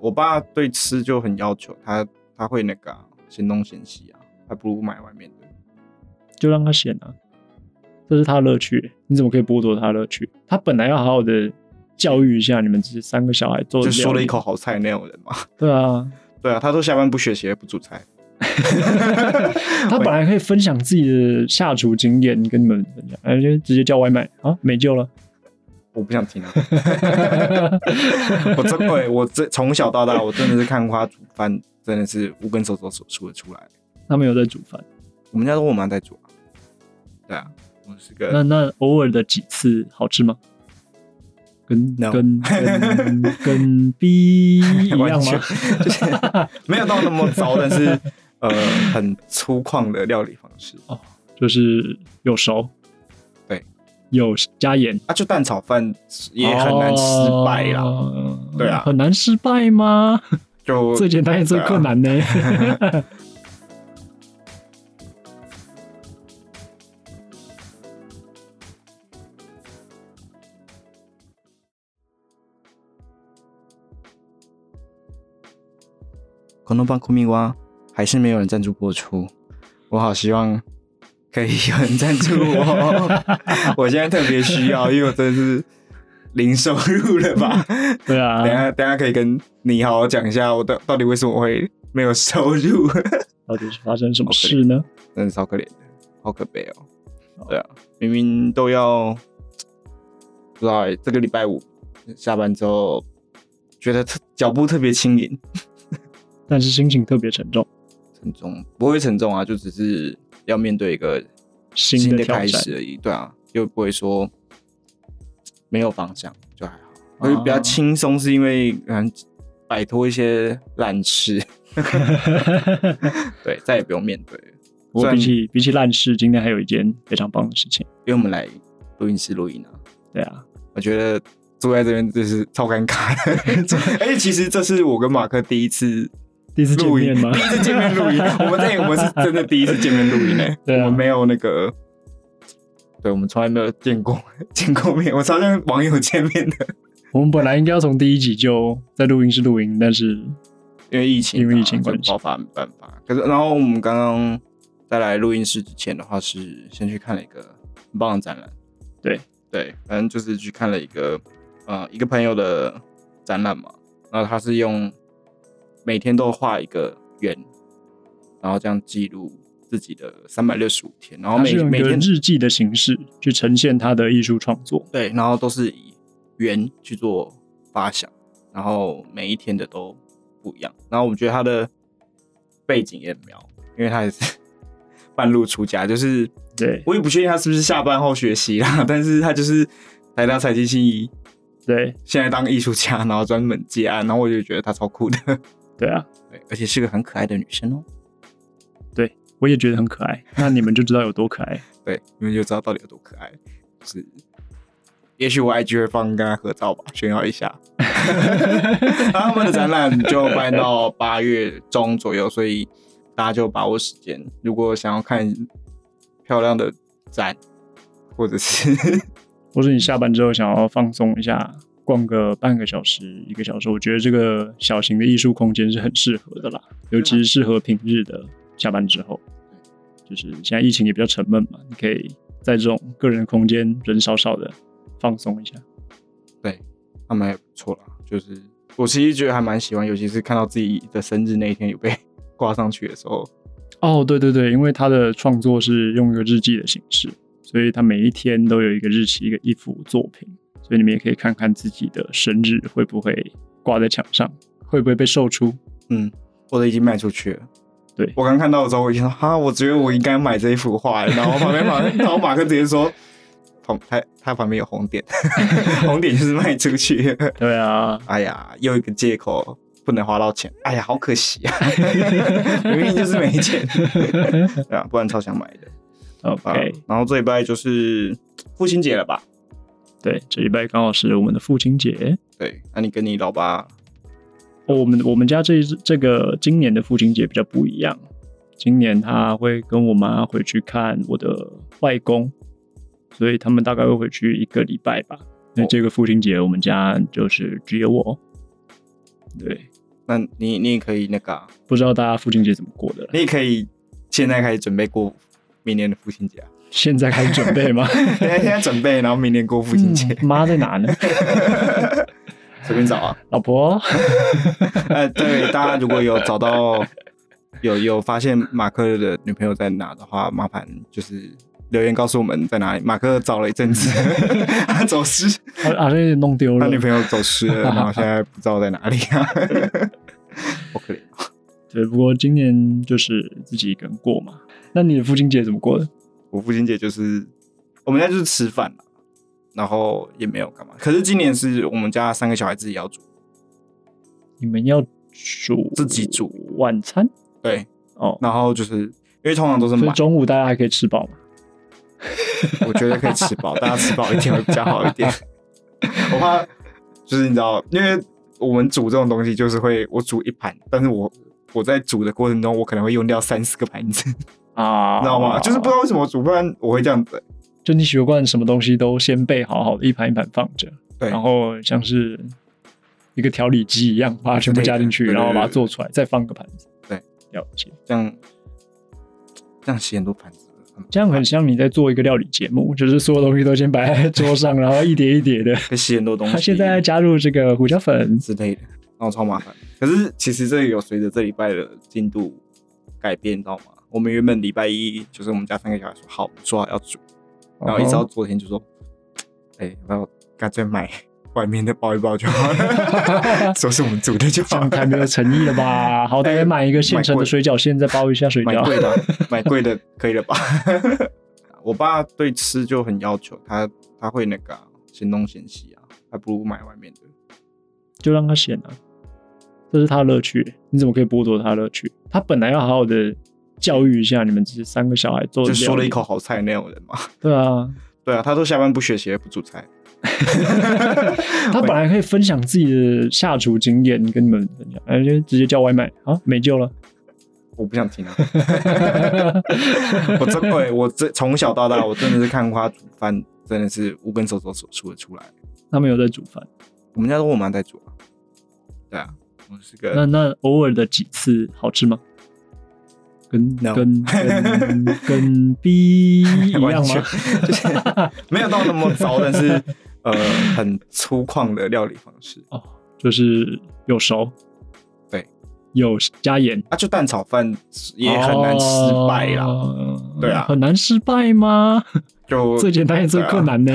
我爸对吃就很要求，他他会那个啊嫌、东嫌西啊，还不如买外面的。就让他选啊，这是他的乐趣，你怎么可以剥夺他的乐趣？他本来要好好的教育一下你们这三个小孩做，就说了一口，好菜那种人嘛。 对啊，对啊，他都下班不学习不煮菜。他本来可以分享自己的下厨经验跟你们分享，哎，就直接叫外卖啊，没救了。我不想听 啊！我真对我这从小到大，我真的是看过他煮饭，真的是无根手指头数数得出来。他没有在煮饭，我们家都我妈在煮啊，对啊，我是那个那偶尔的几次好吃吗？跟 No 跟跟 跟 B 一完样全吗？就是没有到那么糟，但是呃很粗犷的料理方式就是有熟，对，有加盐啊，就蛋炒饭也很难失败啦，哦对啊很难失败吗？就最简单也最对啊困 难呢。恐龙帮酷蜜蛙还是没有人赞助播出，我好希望可以有人赞助我， 我现在特别需要，因为我真的是零收入了吧？对啊等一，下等一下可以跟你好好讲一下，我到到底为什么会没有收入，到底是发生什么事呢？真的超可怜的，好可悲哦。对啊，明明都要，不知道、欸、这个礼拜五下班之后，觉得特脚步特别轻盈，但是心情特别沉重，沉重，不会沉重啊，就只是要面对一个新的挑开战始而已。对啊，又不会说没有方向，就还好。我就比较轻松，是因为嗯摆脱一些烂 事，对，再也不用面对了。我比起比起烂事，今天还有一件非常棒的事情。因为我们来录音室录音啊，对啊，我觉得坐在这边就是超尴尬的坐。 而且哎其实这是我跟马克第一次第一次见录面音，吗？第一次见面 录音，我们在我们是真的第一次见面录音诶、对啊我们没有那个，对我们从来没有见过见过面，我超像网友见面的，我们本来应该要从第一集就在录音室录音，但是因为疫情啊、因为疫情就关系爆发没办法。可是然后我们刚刚在来录音室之前的话，是先去看了一个很棒的展览，对对，反正就是去看了一个呃一个朋友的展览嘛，然后他是用每天都画一个圆。然后这样记录自己的三百六十五天，然后它每是用一每个天日记的形式去呈现他的艺术创作。对，然后都是以圆去做发想，然后每一天的都不一样。然后我觉得他的背景也很妙，因为他也是 半路出家，就是对我也不确定他是不是下班后学习啦，但是他就是来到财经信一，对现在当艺术家，然后专门接案，然后我就觉得她超酷的， 对啊，对，而且是个很可爱的女生哦。对我也觉得很可爱。那你们就知道有多可 爱。对，你们就知道到底有多可爱。就是，也许我 IG 会放跟他合照吧，炫耀一下。然后他们的展览就办到八月中左右，所以大家就把握时间。如果想要看漂亮的展，或者是或是你下班之后想要放松一下，逛个半个小时、一个小时，我觉得这个小型的艺术空间是很适合的啦，尤其是啊适合平日的下班之后，就是现在疫情也比较沉闷嘛，你可以在这种个人空间人少少的放松一下。他们还不错啦。就是我其实觉得还蛮喜欢，尤其是看到自己的生日那一天有被挂上去的时候，哦，对对对，因为他的创作是用一个日记的形式，所以他每一天都有一个日期、一个一幅作品，所以你们也可以看看自己的生日会不会挂在墙上，会不会被售出。嗯，我的已经卖出去了。对我刚看到的时候，我已经说哈，我觉得我应该买这一幅画欸。然后旁边 马克，然后马克直接说，旁他他旁边有红点， 红点就是卖出去。对啊，哎呀，又一个借口不能花到钱。哎呀，好可惜 啊，明明就是没钱。对啊，不然超想买的。啊 OK，、然后这礼拜就是父亲节了吧？对，这礼拜刚好是我们的父亲节。对，那你跟你老爸哦，我们我们家这一这个今年的父亲节比较不一样，今年他会跟我妈回去看我的外公，所以他们大概会回去一个礼哦拜吧。那这个父亲节，我们家就是只有我。对，那你你也可以那个啊、不知道大家父亲节怎么过的了？你也可以现在开始准备过明年的父亲 节、啊，现在开始准备吗？ 现在现在准备，然后明年过 父亲节，嗯妈在哪呢？随便找啊。老婆， 呃，对，大家如果有找到有有发现马克的女朋友在哪的话，麻烦就是留言告诉我们在哪里。马克找了一阵子， 他走失，好好像有啊点弄丢他了。女朋友走失了，然后现在不知道在哪里啊， 好可怜。啊对，不过今年就是自己一个人过嘛。那你的父亲节怎么过的？我父亲节就是我们家就是吃饭啦然后也没有干嘛。可是今年是我们家三个小孩自己要煮，你们要煮自己煮晚餐对，哦，然后就是因为通常都是所买以，中午大家还可以吃饱嘛？我觉得可以吃 饱，大家吃饱一点会比较好一点。我怕就是你知道，因为我们煮这种东西就是会我煮一盘，但是我。我在煮的过程中，我可能会用掉三四个盘子，你啊，知道吗？就是不知道为什么我煮饭我会这样子。就你习惯什么东西都先备好好的，一盘一盘放着，对，然后像是一个调理机一样，把它全部加进对去，对对然后把它做出来，再放个盘子。对，了解。这样这样洗很多盘子，很这样很像你在做一个料理节目，就是所有东西都先摆在桌上，然后一叠一叠的。可以洗很多东西。他现在加入这个胡椒粉，之类的，然后超麻烦。可是其实这个有随着这礼拜的进度改变，你知道吗？我们原本礼拜一就是我们家三个小孩说好，说好要煮，哦然嗯后一直到昨天就说，哎、要不要干脆买 外面的包一包就好了，说是我们煮的就这好样太没有了。诚意了吧？好歹也买一个现成的水饺馅，再包一下水买饺。贵的啊，买贵的可以了吧？ 我爸对吃就很要求，他他会那个啊嫌、东嫌西啊，还不如买外面的。就让他选啊，这是他的乐趣。你怎么可以剥夺他的乐趣？他本来要好好的教育一下你们这三个小孩做，就说了一口。好菜那种人嘛。 对啊，对啊，他都下班不学习不煮菜，他本来可以分享自己的下厨经验跟你们分享，哎，就直接叫外卖啊，没救了。 我不想听啊！我真对我这从小到大，我真的是看过他煮饭，真的是无根手指头数得出来。他们有在煮饭，我们家都我妈在煮啊，对啊，我是那个那偶尔的几次好吃吗？跟 No 跟跟 跟 B 一样完全吗？ 就是没有到那么糟，但是呃很粗犷的料理方式哦，就是有熟，对，有加盐，啊，就蛋炒饭也很难失败啦，哦对啊很难失败吗？就最简单也最困难呢。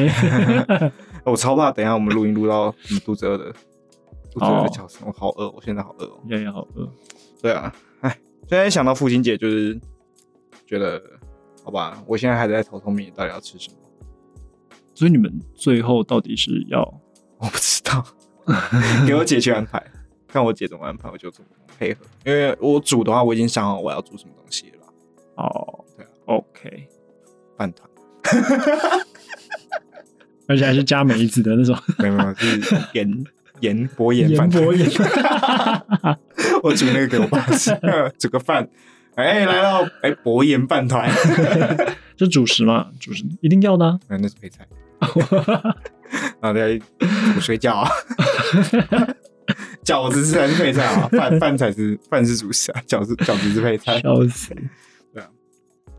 啊 我超怕等一下我们录音录到你肚子饿的肚子饿哦的叫声，我好饿，我现在好饿哦。也也好呃饿，对啊，哎，现在想到父亲节，就是觉得好吧，我现在还在头痛面到底要吃什么，所以你们最后到底是要我不知道， 给我姐去安排，看我姐怎么安排，我就怎么配合。因为我煮的话，我已经想好我要煮什么东西了啦，哦对啊，OK，饭团，而且还是加梅子的那种没有没有，是盐盐薄 盐盐饭团 伯，盐，我煮那个给我爸吃， 煮个饭。哎、来到哎、薄盐饭团， 这主食嘛，主食一定要的啊。嗯，那是配菜。然后再煮水饺、 啊，饺子是还是配菜啊？饭饭才是饭是主食啊，饺子饺子是配菜。笑死！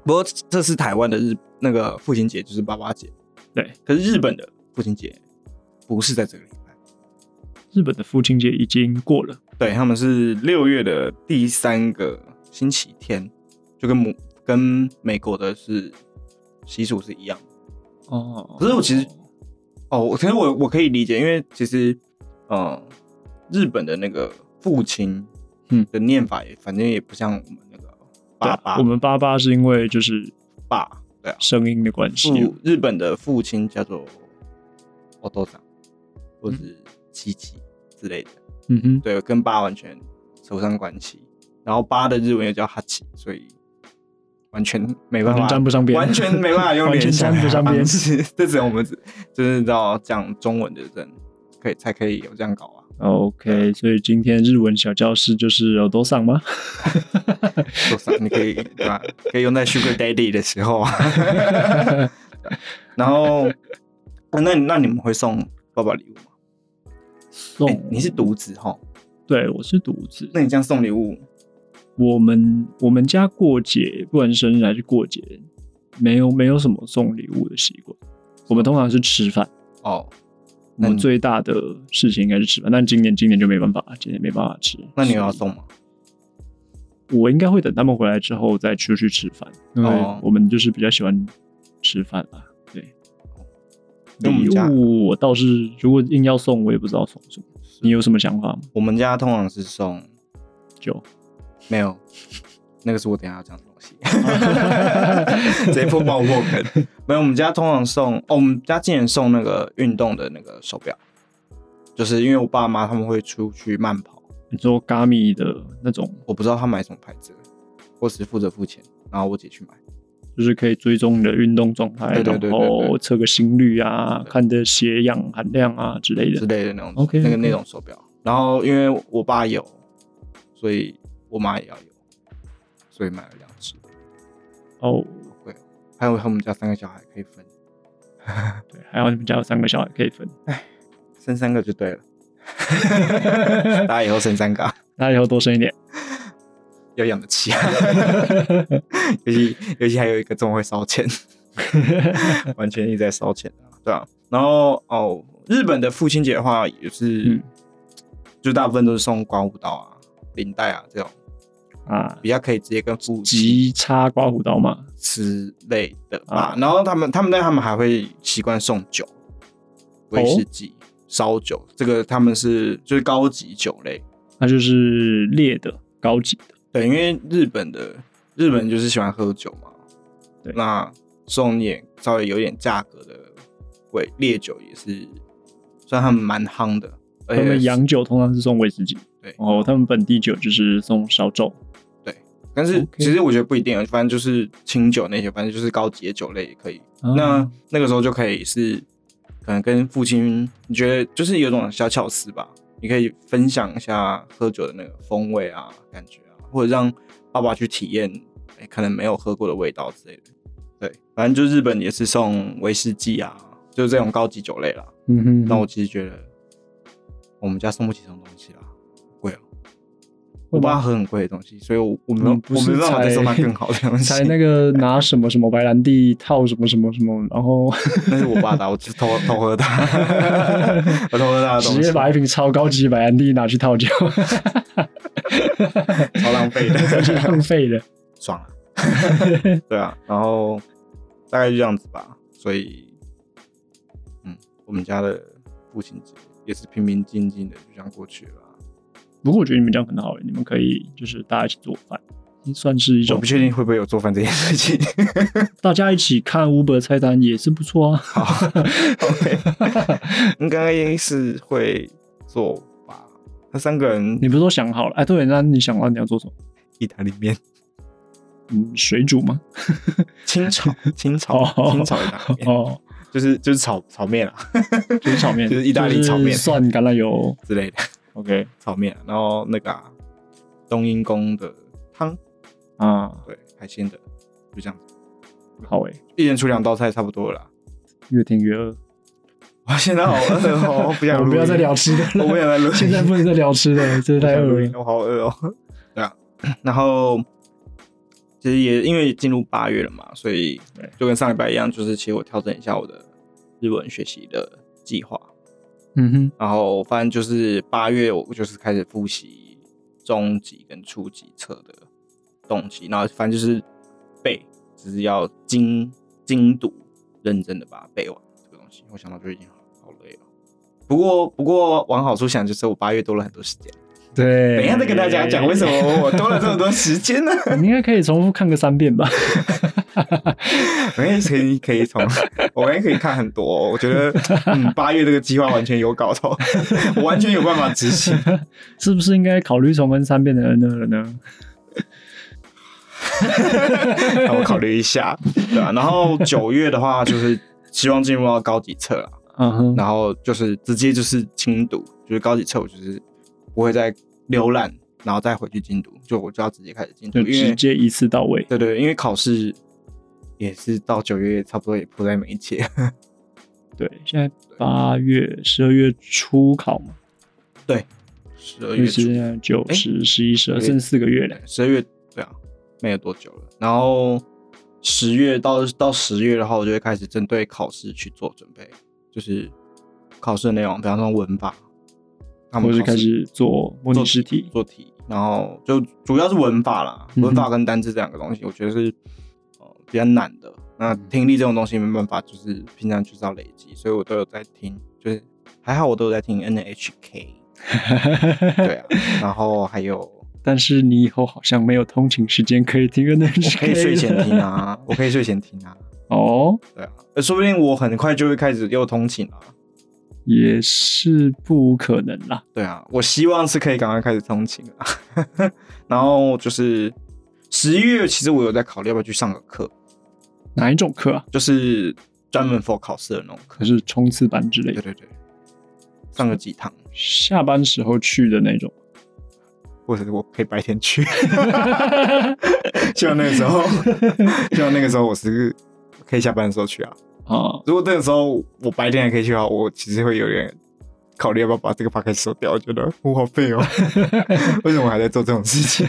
不过这是台湾的日那个父亲节，就是爸爸节。对，可是日本的父亲节不是在这个礼拜，日本的父亲节已经过了，对，他们是六月的第三个星期天，就跟母跟美国的是习俗是一样的。哦可是我其实哦，我其实我我可以理解，因为其实，嗯，日本的那个父亲，嗯的念法也、反正也不像我们那个对爸啊爸，我们爸爸是因为就是爸对啊，声音的关系，父日本的父亲叫做お父さん或者七七之类的，嗯哼，对，跟爸完全扯不上关系。然后八的日文又叫哈奇，所以完全没办完法全沾不上边，完全没办法用 完联全想啊沾不上边方。 式，这只能我们只就是知道讲中文的人可以才可以有这样搞啊。 OK，所以今天日文小教室就是有多上吗？多少你可以对吧？可以用在 Sugar Daddy 的时候啊。啊 然后，啊那你那你们会送爸爸礼物吗？送、诶你是独子哈？对我是独子。那你这样送礼物，我们我们家过节，不管是生日还是过节，没有没有什么送礼物的习惯。我们通常是吃饭，哦，我们最大的事情应该是吃饭。但今年今年就没办法，今年没办法吃。那你有要送吗？我应该会等他们回来之后再出去吃饭，因为哦我们就是比较喜欢吃饭啦。对，那我们礼家物我倒是如果硬要送，我也不知道送什么。你有什么想法吗？我们家通常是送就没有，那个是我等一下要讲的东西， 直接破爆破梗。 没有，我们家通常送，哦，我们家今年送那个运动的那个手表，就是因为我爸妈他们会出去慢跑，你说 Gami 的那种，我不知道他买什么牌子的，我只负责付钱，然后我姐去买。就是可以追踪你的运动状态，对对对对对然后测个心率啊，看你的血氧含量啊之类之的。类的那种 OK，那个 OK 那种手表。然后因为我爸有，所以我妈也要有，所以买了两只。哦，还有和我们家三个小孩可以分，对，还好你们家有三个小孩可以分，生三个就对了。 大家以后生三个啊、那以后多生一点。要养得起、啊， 尤其 尤其还有一个这么会烧 钱，完全一直在烧钱啊，对啊。然后哦，日本的父亲节的话也是，嗯就大部分都是送刮胡刀啊、领带啊这种，啊，比较可以直接跟父亲急插刮胡刀嘛，之类的吧。啊然后他们他们但他们还会习惯送酒，威士忌、哦烧酒，这个他们是就是高级酒类。那就是烈的、高级的。对，因为日本的日本就是喜欢喝酒嘛，对那送点稍微有点价格的味烈酒也是算他们蛮夯的，而他且们洋酒通常是送威士忌，哎对哦，他们本地酒就是送烧酒。但是 OK 其实我觉得不一定，啊反正就是清酒那些，反正就是高级的酒类也可以啊那那个时候就可以是，可能跟父亲，你觉得就是有种小巧思吧，你可以分享一下喝酒的那个风味啊、感觉啊，或者让爸爸去体验，哎、可能没有喝过的味道之类的。对，反正就日本也是送威士忌啊，就是这种高级酒类啦。嗯哼，那、我其实觉得我们家送不起这种东西啦，贵哦、我会爸吧喝很贵的东西，所以我我没有、嗯不我是没办法再才送他更好的东西 才。那个拿什么什么白兰地套什么什么什么，然后那是我爸 的，我只是偷偷喝他， 我偷喝他的东直西，接把一瓶超高级白兰地拿去 套酒，超浪费的， 浪费的。爽啊！ 对啊，然后大概就这样子吧。所以，嗯，我们家的父亲节也是平平静静的就这样过去了啊。不过我觉得你们这样很好，你们可以就是大家一起做饭，算是一我种不确定会不会有做饭这件事 情。大家一起看 Uber 菜单也是不错啊。好，OK，应该是会做吧。那三个人 你不是说想好了？哎，对，那你想好你要做什么？意大利面，嗯，水煮吗？清炒， 清炒，哦清炒意大利面，哦，就是就是炒炒面啊就是炒面， 就是意大利炒面就是蒜橄榄油。之类的。 OK 炒面，然后那个啊、冬阴功的汤，啊，对，海鲜的，就这样子，好诶，一人出两道菜差不多了啦。越听越饿。哇，现在好饿哦，我不想 录我音们不要再聊，吃的 了，我不想再录音，现在不能再聊吃的，真的太不想饿录音了。 我好饿哦。对啊，然后其实也因为进入八月了嘛，所以对就跟上礼拜一样，就是其实我调整一下我的日文学习的计划，嗯哼，然后反正就是八月，我就是开始复习中级跟初级册的东西，然后反正就是背，只是要精精读，认真的把它背完这个东西。我想到就已经好累了。不过不过往好处想，就是我八月多了很多时间。对。等一下再跟大家讲为什么我多了这么多时间呢？ 你应该可以重复看个三遍吧。 没关系可以可以从我完全可以看很多哦、我觉得嗯八月这个计划完全有搞头，我完全有办法执行。是不是应该考虑重温三遍的 N 二了呢？ 让我考虑一下，对啊。然后九月的话，就是希望进入到高级册啦，嗯哼，然后就是直接就是精读，就是高级册我就是不会再浏览，然后再回去精读，就我就要直接开始精读，就因为直接一次到位。对对，因为考试也是到九月差不多也迫在眉睫，对，现在八月、十二月初考嘛，十二就月初，是九哎十十一十二，对剩四个月了。十二月对啊，没有多久了。然后十月到到十月的话，我就会开始针对考试去做准备，就是考试的内容，比方说文法，他们或是考试开始做模拟试题，做题，然后就主要是文法啦，嗯哼文法跟单字这两个东西，我觉得是呃比较难的。那听力这种东西没办法，就是平常就是要累积，所以我都有在听，就是还好我都有在听 NHK，对啊，然后还有我但是你以后好像没有通勤时间可以 听 N 可以睡前听啊，我可以睡前听啊， 哦，对啊，呃说不定我很快就会开始又通勤了。啊也是不无可能啦。对啊，我希望是可以赶快开始通勤啊。 然后就是十一月，其实我有在考虑要不要去上个课，哪一种课啊？就是专门 for 考试的那种课可。是冲刺班之类对的，对对，上个几堂，下班时候去的那种。或者是我可以白天去， 希望那个时候，希望那个时候我是可以下班的时候去啊。啊，如果那个时候我白天还可以去的话，我其实会有点考虑要不要把这个 p o d 收掉。我觉得我好废 哦，为什么我还在做这种事 情？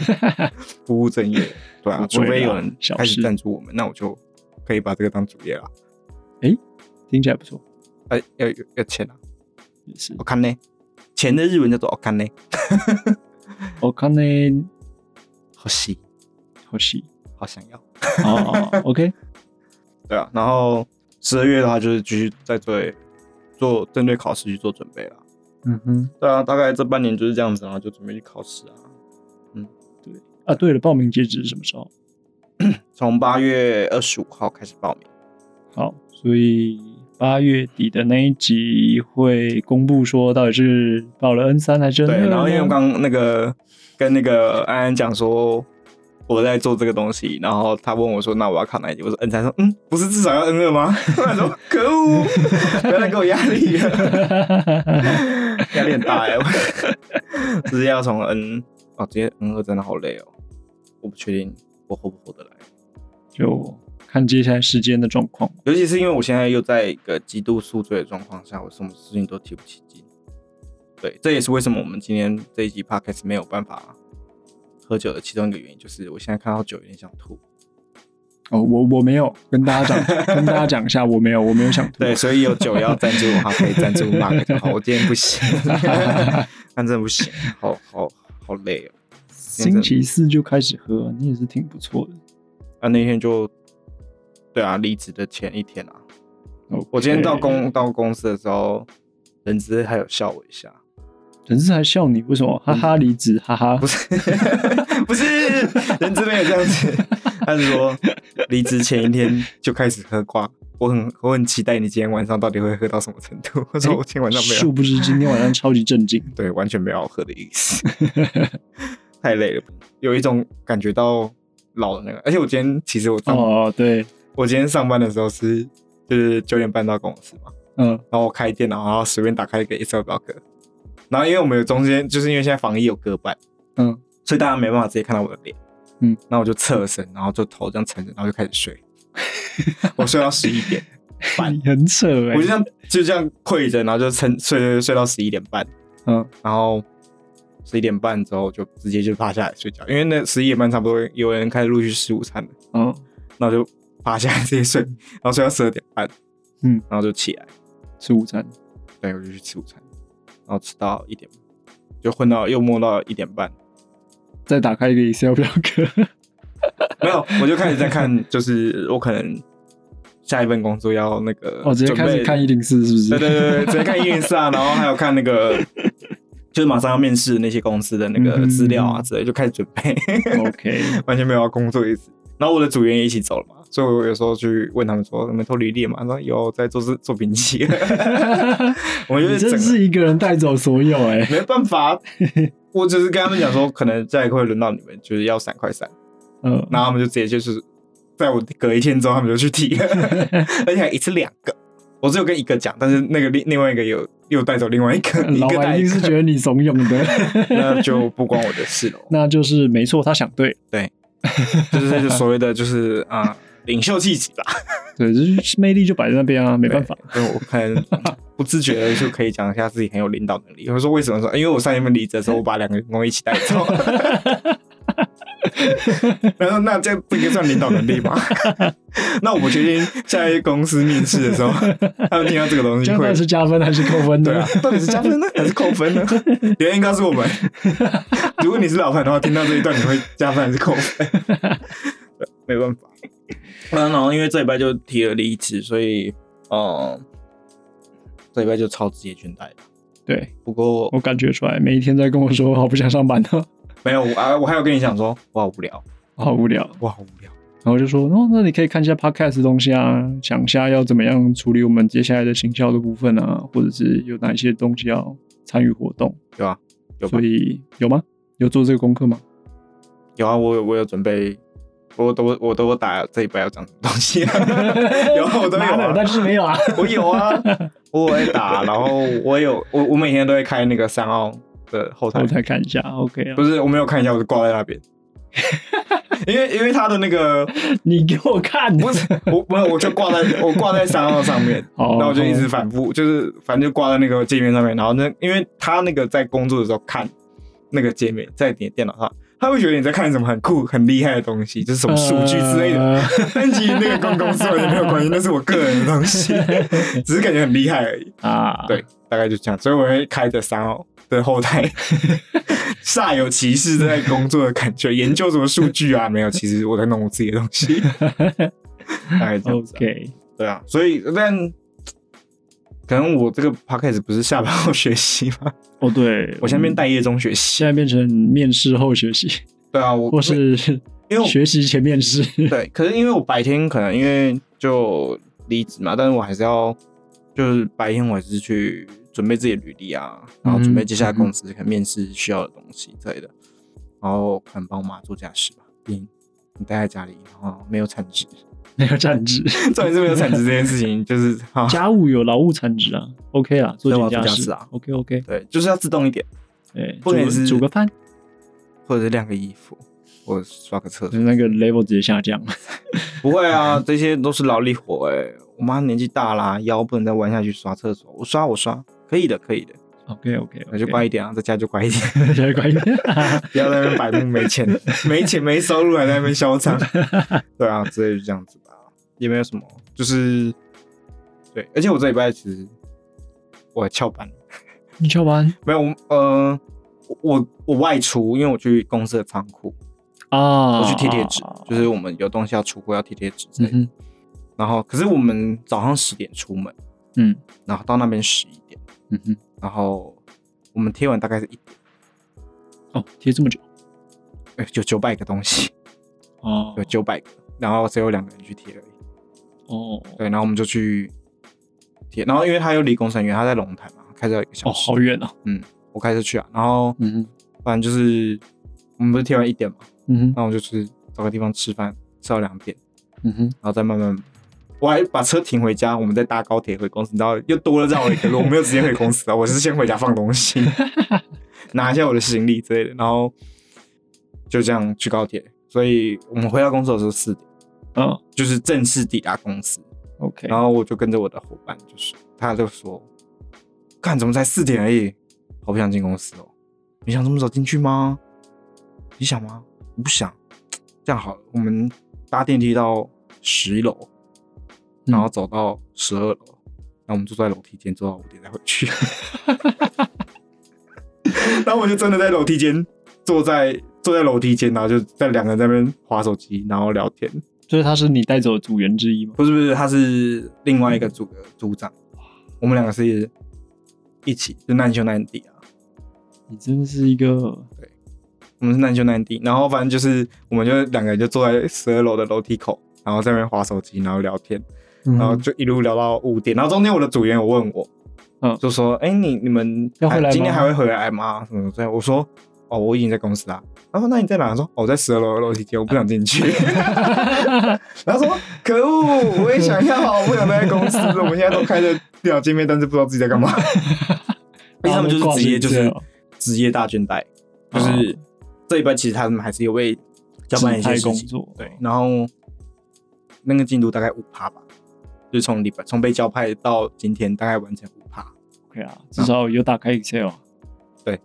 不务正业，对啊，不除会啦非有人小开始事赞助我们，那我就可以把这个当主业了。听起来不错，哎、要要要钱啊！也是。我看呢，钱的日文叫做我看呢，我看呢，好喜，好戏好想要。哦，OK，对啊，然后十二月的话就是继续在对做针对考试去做准备了。嗯哼，对啊，大概这半年就是这样子啊，就准备去考试啊。啊，对了，报名截止是什么时候？从八月二十五号开始报名，好，所以八月底的那一集会公布说到底是报了 N 三还是 N 对，二。然后因为我刚刚那个跟那个安安讲说我在做这个东西，然后他问我说那我要考哪一级，我说 N 三，说嗯，不是至少要 N 二吗？ 他说可恶，不要再给我压力了，压力很大哎、我直接要从 N 哦，直接 N 二真的好累哦，我不确定我活不活得来。 就看接下来时间的状况。尤其是因为我现在又在一个极度宿醉的状况下，我什么事情都提不起劲。对，这也是为什么我们今天这一集 podcast 没有办法喝酒的其中一个原因，就是我现在看到酒有点想吐。哦，我我没有跟大家讲，跟大家讲一下，我没有，我没有想吐。 对，所以有酒要赞助的话，可以赞助 Mark 就好。我今天不 行，但真的不行，好好好累哦。星期四就开始喝，你也是挺不错的。啊，那天就对啊，离职的前一天啊，哦，我今天到公到公司的时候，人资还有笑我一下。人事还笑你，为什么？哈哈，离职，哈哈。嗯不是， 不是，人真没有这样子。他是说离职前一天就开始喝挂，我很我很期待你今天晚上到底会喝到什么程度。 我说我今天晚上没有，殊不知今天晚上超级 震惊。对，完全没有要喝的意思，太累了，有一种感觉到老的那个。而且我今天其实我上、哦，对，我今天上班的时候是就是九点半到公司嘛，嗯，然后我开电脑，然后随便打开一个 Excel 表格，然后因为我们有中间就是因为现在防疫有隔板，嗯，所以大家没办法直接看到我的脸。嗯，然后我就侧身，然后就头这样撑着，然后就开始 睡。我睡到十一点，你很扯哎。我就这样就这样跪着，然后就撑睡睡睡到十一点半，嗯，然后十一点半之后就直接就趴下来睡觉，因为那十一点半差不多有人开始陆续吃午餐了，嗯，那我就趴下来直接睡，然后睡到十二点半，嗯，然后就起来，吃午餐。对，我就去吃午餐，然后吃到一点，就混到又摸到一点半，再打开一个 Excel 表格。 没有，我就开始在 看，就是我可能下一份工作要那个哦，直接准备开始看一零四是不是？对对对，对直接看一零四啊，然 后还有看那个就是马上要面试的那些公司的那个资料啊嗯之类，就开始准备， OK，完全没有要工作意思。然后我的组员也一起走了嘛，所以我有时候去问他们说：“你们投履历嘛？”他说：“有，在做事做笔 记。” 我们就是你整真个是一个人带走所有哎、 没办法，我只是跟他们讲说，可能再一会轮到你们，就是要闪快闪。嗯，然后他们就直接就是在我隔一天之后，他们就去提， 而且还一次两个。我只有跟一个讲，但是那个另另外一个有又带走另外一个， 一嗯老个板带一一定是觉个，得你怂恿的， 那就不关我的事了。那就是没错，他想对，就是所谓的就是啊、领袖气质吧，对，就是魅力就摆在那边啊，没办法，对。就我可能不自觉的就可以讲一下自己很有领导能力。我说为什么说？因为我上一份离职的时候，我把两个员工一起带走。 然后那这不应该算领导能力吗？ 那我们决定下一公司面试的时候，他们听到这个东西这样到会底是加分还是扣分对的啊？，到底是加 分呢还是扣分呢？留言告诉我 们。如果你是老板的话，听到这一段你会加分还是扣 分？对没办法。嗯，然后因为这礼拜就提了离职，所以嗯，这礼拜就超职业倦怠了。对不过我感觉出来，每一天在跟我说好不想上班呢，没有我啊，我还有跟你讲说，我好无聊，我好无聊。我好无聊。然后就说，哦，那你可以看一下 podcast 的东西啊，想一下要怎么样处理我们接下来的行销的部分啊，或者是有哪一些东西要参与活动，有啊，有吧所以有吗？有做这个功课吗？有啊，我有我有准备，我都我都有打这一拜要讲什么东西、 有啊，我都有、妈的啊，但是没有 啊。我有啊，我会打，然后我有我我每天都会开那个三奥的后台我，再看一下，OK 啊不。是我没有看一下，我就挂在那边，因为因为他的那个你给我看，不是我没有我就挂在我挂在三奥上面，哦那我就一直反复，就是反正就挂在那个界面上面，然后那因为他那个在工作的时候看那个界面，在你的电脑上，他会觉得你在看什么很酷、很厉害的东西，就是什么数据之类的。呃但其实那个跟公司完全没有关系，那是我个人的东西，只是感觉很厉害而已。 啊，对，大概就这样。所以我会开着三号的后台， 煞有其事地在工作的感觉，研究什么数据啊？没有，其实我在弄我自己的东 西。大概哦这样子啊、 ，OK，对啊，所以但可能我这个 podcast 不是下班后学习吗？哦对，我现在变待业中学现习。在变成面试后学习，对啊，我或是因为我学习前面试， 对，可是因为我白天可能因为就离职嘛，但是我还是要就是白天我还是去准备自己的履历啊，然后准备接下来公司可能面试需要的东西之类的，然后可能帮我妈做家事吧。你你待在家里，然后没有产值， 没有产值，重点是没有产值这件事情，就是哈、家务有劳务产值啊，OK 啦，做对我点要做家事事啊，OK OK，对，就是要自动一点，哎，煮不能个是煮个饭，或者是晾个衣服，或者刷个厕所。那个 level 直接 下降，不会啊，这些都是劳力活哎、我妈年纪大啦，腰不能再弯下去刷厕所，我刷我刷，可以的，可以的。 ，OK OK，那就乖一点啊，在家就乖一点，就 乖一点， 不要在那边摆弄没钱、 没钱、没收入，还在那边嚣 张。对啊，之类就这样子吧，也没有什么，就是对。而且我这礼拜其实我还翘班，你敲完没有，我呃，我我外出，因为我去公司的仓库，啊，我去贴贴纸，就是我们有东西要出货要贴贴纸之类嗯的。哼，然后，可是我们早上十点出门，嗯然后到那边十一点，嗯哼，然后我们贴完大概是一点，哦，贴这么久，哎就九百个东西，哦有九百个，然后只有两个人去贴而已。哦，对，然后我们就去贴，然后因为他又离公司很远，他在龙潭嘛，开车要一个小哦，时，好远哦，我开车去啊，然后嗯哼，反正就是我们不是贴完一点嘛，嗯哼，那我就去找个地方吃饭，吃到两点，嗯哼。然后再慢慢。我还把车停回家，我们再搭高铁回公司，然后又多了绕一个路。我没有直接回公司啊，我是先回家放东西， 拿一下我的行李之类的，然后就这样去高铁。所以我们回到公司的时候四点，嗯就是正式抵达公司。 ，OK，然后我就跟着我的伙伴，就是他就说：“看，怎么才四点而已，好不想进公司哦。你想这么早进去吗？你想吗？我不想。这样好了，我们搭电梯到十一楼，然后走到十二楼，然后我们坐在楼梯间坐到五点再回去。 然后我就真的在楼梯间坐在坐在楼梯间，然后就在两个人在那边划手机，然后聊天。就是他是你带走的组员之一吗？不是不是，他是另外一个组的组长，我们两个是一起，就难兄难弟啊，你真是一个我们是难兄难弟。然后反正就是，我们就两个人就坐在十二楼的楼梯口，然后在那边划手机，然后聊天，嗯然然后就一路聊到五点。然后中间我的组员有问我，嗯就说：“哎、你你们要回来吗今天还会回来吗？什么之类的？”我说：“哦，我已经在公司啦。”然后那你在哪？”我说：“哦我在十二楼的楼梯间，我不想进 去。” 然后说：“可恶，我也想要，我不想待在公司。我们现在都开着电脑界面，但是不知道自己在 干嘛。因为他们就是职业，啊就是职业大倦怠，就是嗯这一班其实他们还是有为交办一些指派事工情作对，然后那个进度大概五趴吧，就是从礼拜从被交派到今天大概完成五趴， OK 啊，至少有打开 Excel 啊。对，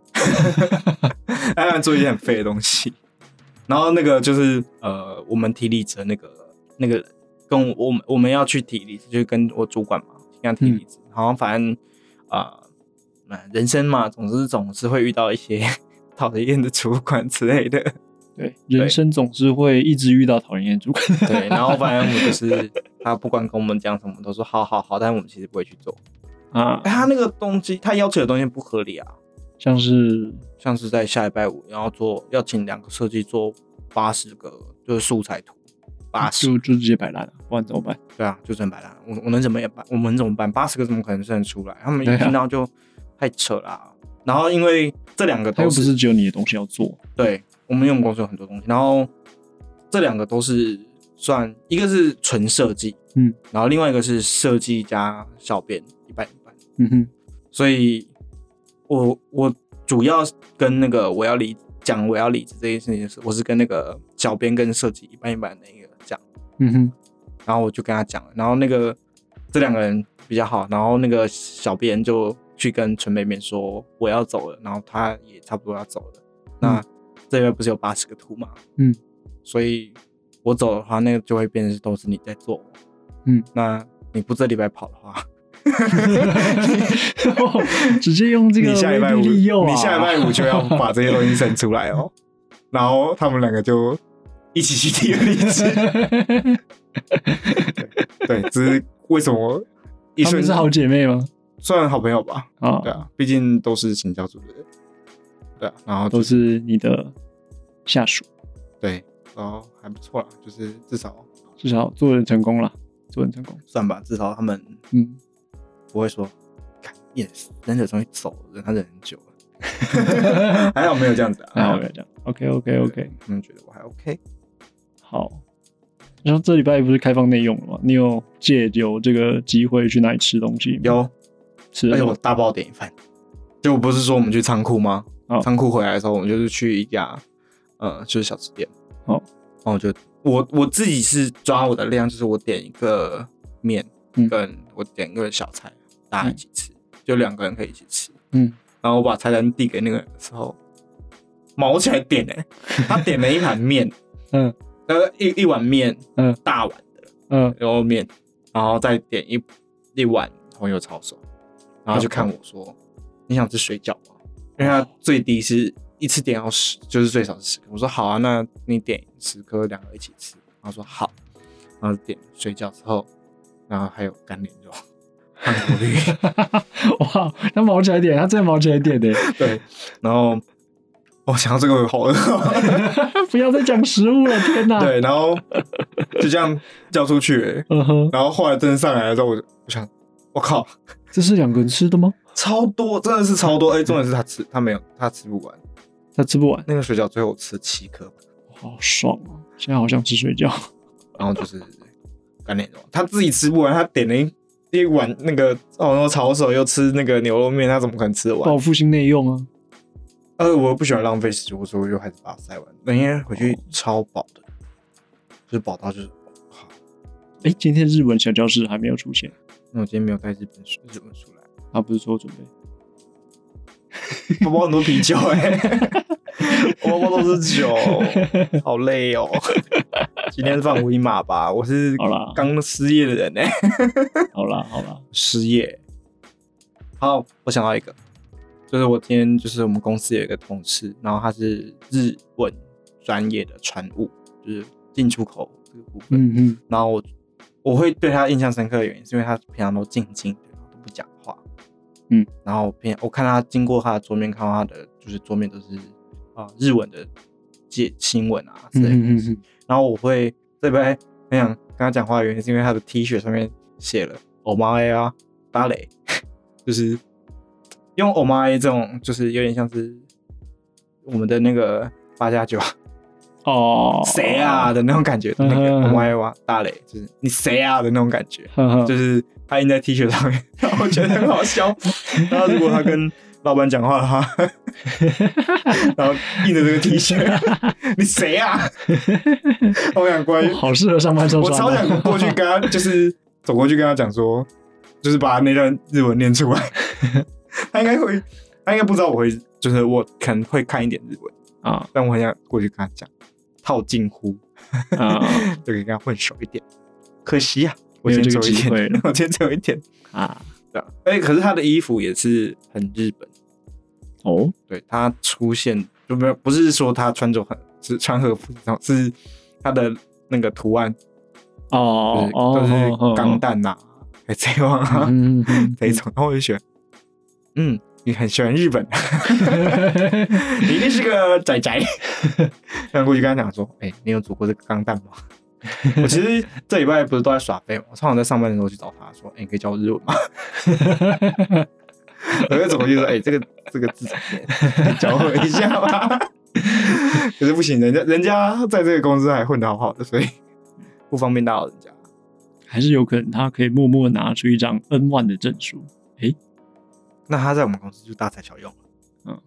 当然做一些很废的东西。 然后那个就是呃，我们提离职的那个那个跟我我们我们要去提离职，就是跟我主管嘛，要提离职。然后反正啊、呃人生嘛，总之总是会遇到一些 讨人厌的主管之类的。对，人生总是会一直遇到讨人厌的主管。对， 然后反正我就是他不管跟我们讲什么，都说好好好，但是我们其实不会去做。 啊，哎，他那个东西，他要求的东西不合理啊，像是像是在下礼拜五要做，要请两个设计做八十个就是素材图，八十就就直接摆烂了，不然怎么办？对啊，就真摆烂。我我能怎么也办？我们怎么办？八十个怎么可能算得出来？他们一对啊听到就太扯啦、然后因为这两个都他又不是只有你的东西要做，对，我们因为我们公司有很多东西，然后这两个都是算一个是纯设计，嗯，然后另外一个是设计加小编，一半一半。嗯哼，所以我我主要跟那个我要离讲我要离职这件事情是，我是跟那个小编跟设计一般一般的那个讲，嗯哼，然后我就跟他讲了，然后那个这两个人比较好，然后那个小编就去跟陈美美说我要走了，然后他也差不多要走了，那这边不是有八十个图嘛，嗯，所以我走的话，那个就会变成都是你在做，嗯，那你不这礼拜跑的话。 直接用这个你下礼拜五，威逼利诱啊！你下礼拜 五就要把这些东西生出来哦。然后他们两个就一起去提离 职。对，只是为什么一他瞬们是好姐妹吗？算好朋友吧？啊，对啊，毕竟都是行销组的人。对啊，然后都就是你的下属，对，然后还不错啦，就是至少至少做人成功了，做人成功。算吧，至少他们嗯，不会说，看，yes，忍者终于走了，他忍很久 了。还好没有这样子啊，那好，不要这样。OK OK OK，他们觉得我还 OK。好。然后这礼拜不是开放内用了吗？你有借由这个机会去哪里吃东西吗？有，吃而了且什我么？哎大爆点一份。就不是说我们去仓库吗哦？仓库、回来的时候，我们就是去一家，呃，就是小吃店。哦然后我就我我自己是抓我的量，就是我点一个面，嗯跟我点一个小菜，大家一起吃，就两个人可以一起吃。嗯，然后我把菜单递给那个人的时候，毛起来点哎、他点了一盘面， 嗯呃，一一碗面，嗯大碗的嗯，牛肉面，然后再点一一碗红油抄手，然后就看我说：“你想吃水饺吗？”因为它最低是一次点要十，就是最少是十颗。我说：“好啊，那你点十颗，两个一起吃。”然后说：“好。”然后点水饺之后，然后还有干莲肉、韩国绿，哇，他毛起来点，他真的毛起来点 的，对，然后我想到这个我好饿哦，不要再讲食物了，天哪！，对，然后就这样叫出去、欸嗯哼，然后后来真的上来了之后，我就我想，我靠，这是两个人吃的吗？超多，真的是超多。哎、重点是他吃，他没有，他吃不完。他吃不完，那个水饺最后我吃了七颗，好爽哦！啊现在好想吃水饺。然后就是干莲肉，他自己吃不完，他点了一一碗那个哦，然后炒手又吃那个牛肉面，他怎么可能吃得完？ 报复性内用啊！呃，我又不喜欢浪费食物，所以我就还是把它塞完。那因为回去超饱的，就是饱到就是，好，哎，今天日文小教室还没有出现，那我今天没有带日本书日本书来，他不是说准备包包很多啤酒哎、我包包都是酒，好累哦。今天放我一马吧，我是好啦刚失业的人哎、好啦好啦，失业。好，我想到一个，就是我今天就是我们公司有一个同事，然后他是日文专业的船务，就是进出口这个部分。嗯嗯然后我我会对他印象深刻的原因，是因为他平常都静静的，然后都不讲话。嗯，然后平我看他经过他的桌面，看到他的就是桌面都是啊、日文的介新闻啊之类的东西。嗯嗯嗯，然后我会这边很想跟他讲话的原因，是因为他的 T 恤上面写了 “Oh my 啊，芭蕾”， 就是用 “Oh my” 这种，就是有点像是我们的那个八加九哦，谁啊？的那种感觉，那个嗯嗯嗯 “Oh my 啊，芭蕾”就是你谁啊的那种感觉，呵呵，就是他印在 T 恤上面， 然后我觉得很好笑。然后如果他跟老板讲话的话， 然后印着这个 T 恤， 你谁啊？我想过去 好适合上班时候我超穿想 的。过去 跟他，就是走过去跟他讲说，就是把那段日文念出来，他应该会，他应该不知道我会，就是我可能会看一点日文，啊但我很想过去跟他讲套近乎，啊就可以跟他混熟一点。可惜呀、我没有今天这只有个一机会天了，我今天只有一天。啊！对啊，哎，可是他的衣服也是很日本，哦，对他出现就没有不是说他穿着很是穿和服那种，是他的那个图案哦就是哦，都是钢蛋弹啊呐、海贼王啊、嗯，这一种，然后我就觉得，嗯，你很喜欢日本，你一定是个仔仔。然后过去跟他讲说，哎、你有煮过这个钢弹吗？我其实这礼拜不是都在耍废吗？我常常在上班的时候去找他说，哎、你可以教我日文吗？ 我就走过去说，哎、这个这个字怎么念？你教我一下吧。 可是不行，人家人家在这个公司还混得好好的，所以不方便打扰人家。还是有可能他可以默默拿出一张 N 万的证书，那他在我们公司就大材小用了，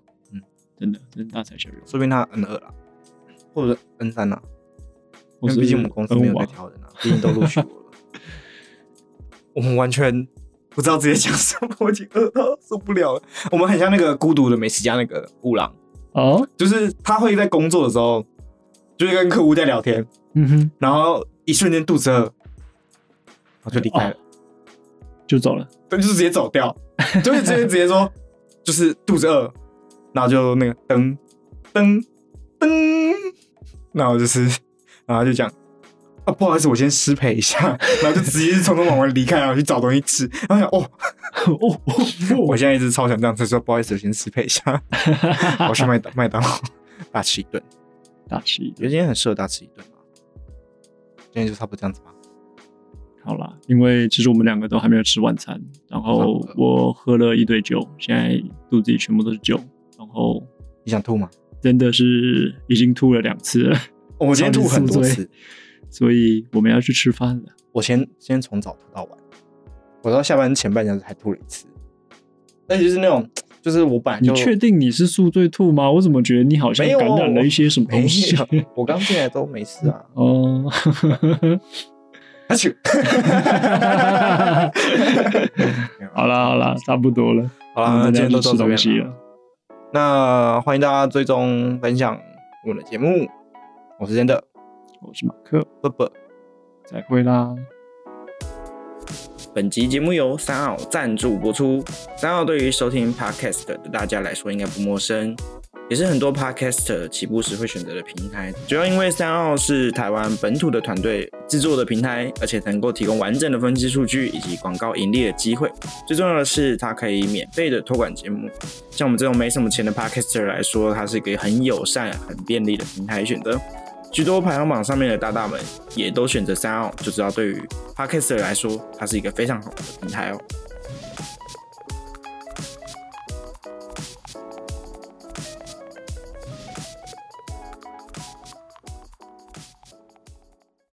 真的，真的大材小用。说不定他 N 二啦，或者 N 三啦，因或为是毕竟我们公司没 N 有五在啊，挑人啊，毕竟都录取我了。 我们完全不知道自己在讲什么，我已经饿到受不了了。我们很像那个孤独的美食家那个布朗，哦，就是他会在工作的时候，就是跟客户在聊天，嗯哼，然后一瞬间肚子饿，然后就离开了。就走了。对，就是直接走掉，就是直接直接说，就是肚子饿，然后就那个噔噔噔，然后就是，然后就讲啊，不好意思，我先失陪一下，然后就直接匆匆忙忙离开，然后去找东西吃，然后想 哦，哦哦，我现在一直超想这样子说，不好意思，我先失陪一下，我去麦当麦当劳大吃一顿，大吃一觉得顿。今天很适合大吃一顿嘛，今天就差不多这样子吧。好啦，因为其实我们两个都还没有吃晚餐，然后差不我喝了一堆酒，现在肚子里全部都是酒，然后你想吐吗？真的是已经吐了两次了， 我今天吐很多超级宿次醉， 所以我们要去吃饭了。我先先从早吐到晚，我到下班前半小时还吐了一次，而且就是那种，就是我本来你就确定你是宿醉吐吗？我怎么觉得你好像没有感染了一些什么东西？，没啊有我刚进来都没事啊 哦， 而且好啦好啦，差不多了， 好我啦，今们大家天去都吃到这东边西了。了。那欢迎大家追踪分享我们的节目，我是真的我是马克，啵啵。再会啦。本集节目由三奥赞助播出。三奥对于收听 Podcast 的大家来说应该不陌生，也是很多 Podcaster 起步时会选择的平台。主要因为三奥是台湾本土的团队制作的平台，而且能够提供完整的分析数据以及广告盈利的机会。最重要的是，它可以免费的托管节目。像我们这种没什么钱的 Podcaster 来说，它是一个很友善、很便利的平台选择。许多排行榜上面的大大们也都选择三奥，就知道对于 Podcaster 来说，它是一个非常好的平台哦。